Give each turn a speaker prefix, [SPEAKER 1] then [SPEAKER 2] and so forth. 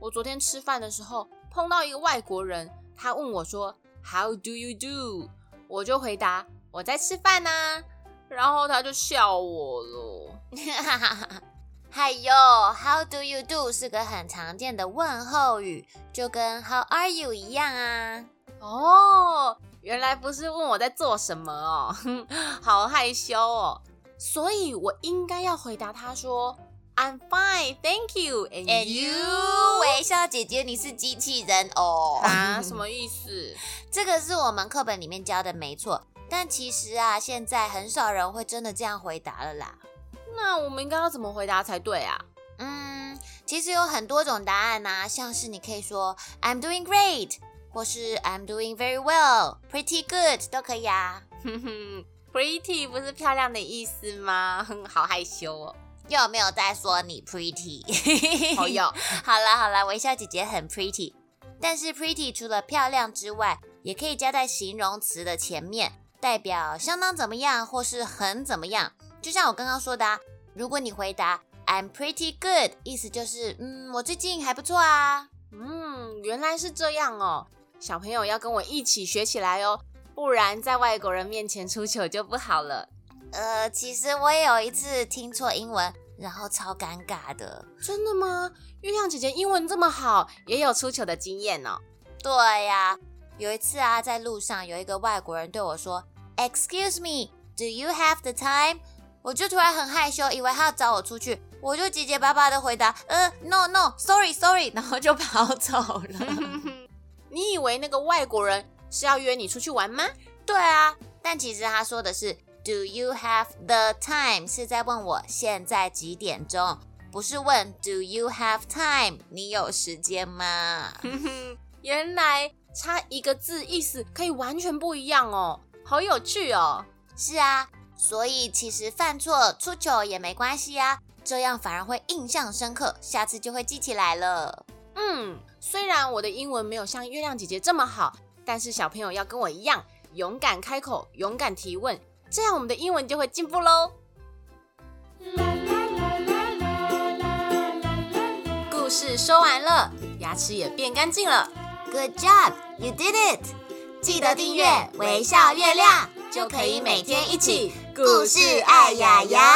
[SPEAKER 1] 我昨天吃饭的时候碰到一个外国人，他问我说 “How do you do？” 我就回答我在吃饭呐、然后他就笑我了。
[SPEAKER 2] 嗨哟，How do you do 是个很常见的问候语，就跟 How are you 一样啊。
[SPEAKER 1] 哦，原来不是问我在做什么哦， 哼好害羞哦。所以我应该要回答他说 “I'm fine, thank you, and,
[SPEAKER 2] And
[SPEAKER 1] you”,
[SPEAKER 2] you，微笑姐姐，你是机器人哦。
[SPEAKER 1] 啊，什么意思？
[SPEAKER 2] 这个是我们课本里面教的，没错。但其实啊，现在很少人会真的这样回答了啦。
[SPEAKER 1] 那我们应该要怎么回答才对啊？
[SPEAKER 2] 嗯，其实有很多种答案呐、像是你可以说 I'm doing great，或是 I'm doing very well，pretty good 都可以啊。
[SPEAKER 1] 哼哼，pretty 不是漂亮的意思吗？哼好害羞哦。
[SPEAKER 2] 又没有在说你 pretty，
[SPEAKER 1] 好哟，
[SPEAKER 2] 好啦好啦，微笑姐姐很 pretty，但是 pretty 除了漂亮之外，也可以加在形容词的前面，代表相当怎么样或是很怎么样。就像我刚刚说的、啊，如果你回答 I'm pretty good，意思就是嗯，我最近还不错啊。
[SPEAKER 1] 嗯，原来是这样哦。小朋友要跟我一起学起来哦，不然在外国人面前出糗就不好了。
[SPEAKER 2] 呃，其实我也有一次听错英文，然后超尴尬的。
[SPEAKER 1] 真的吗？月亮姐姐英文这么好，也有出糗的经验哦。
[SPEAKER 2] 对呀、有一次啊，在路上有一个外国人对我说：“Excuse me, do you have the time？” 我就突然很害羞，以为他要找我出去，我就结结巴巴的回答：“呃，no no, sorry sorry。”然后就跑走了。
[SPEAKER 1] 你以为那个外国人是要约你出去玩吗？
[SPEAKER 2] 对啊，但其实他说的是 “Do you have the time？” 是在问我现在几点钟，不是问 “Do you have time？” 你有时间吗？
[SPEAKER 1] 哼哼，原来差一个字意思可以完全不一样哦，好有趣哦。
[SPEAKER 2] 是啊，所以其实犯错出糗也没关系啊，这样反而会印象深刻，下次就会记起来了。
[SPEAKER 1] 嗯，虽然我的英文没有像月亮姐姐这么好，但是小朋友要跟我一样勇敢开口、勇敢提问，这样我们的英文就会进步喽。故事说完了，牙齿也变干净了，
[SPEAKER 2] Good job, you did it！记得哎订阅微笑月亮，就可以每天一起故事爱牙牙。
[SPEAKER 1] 哎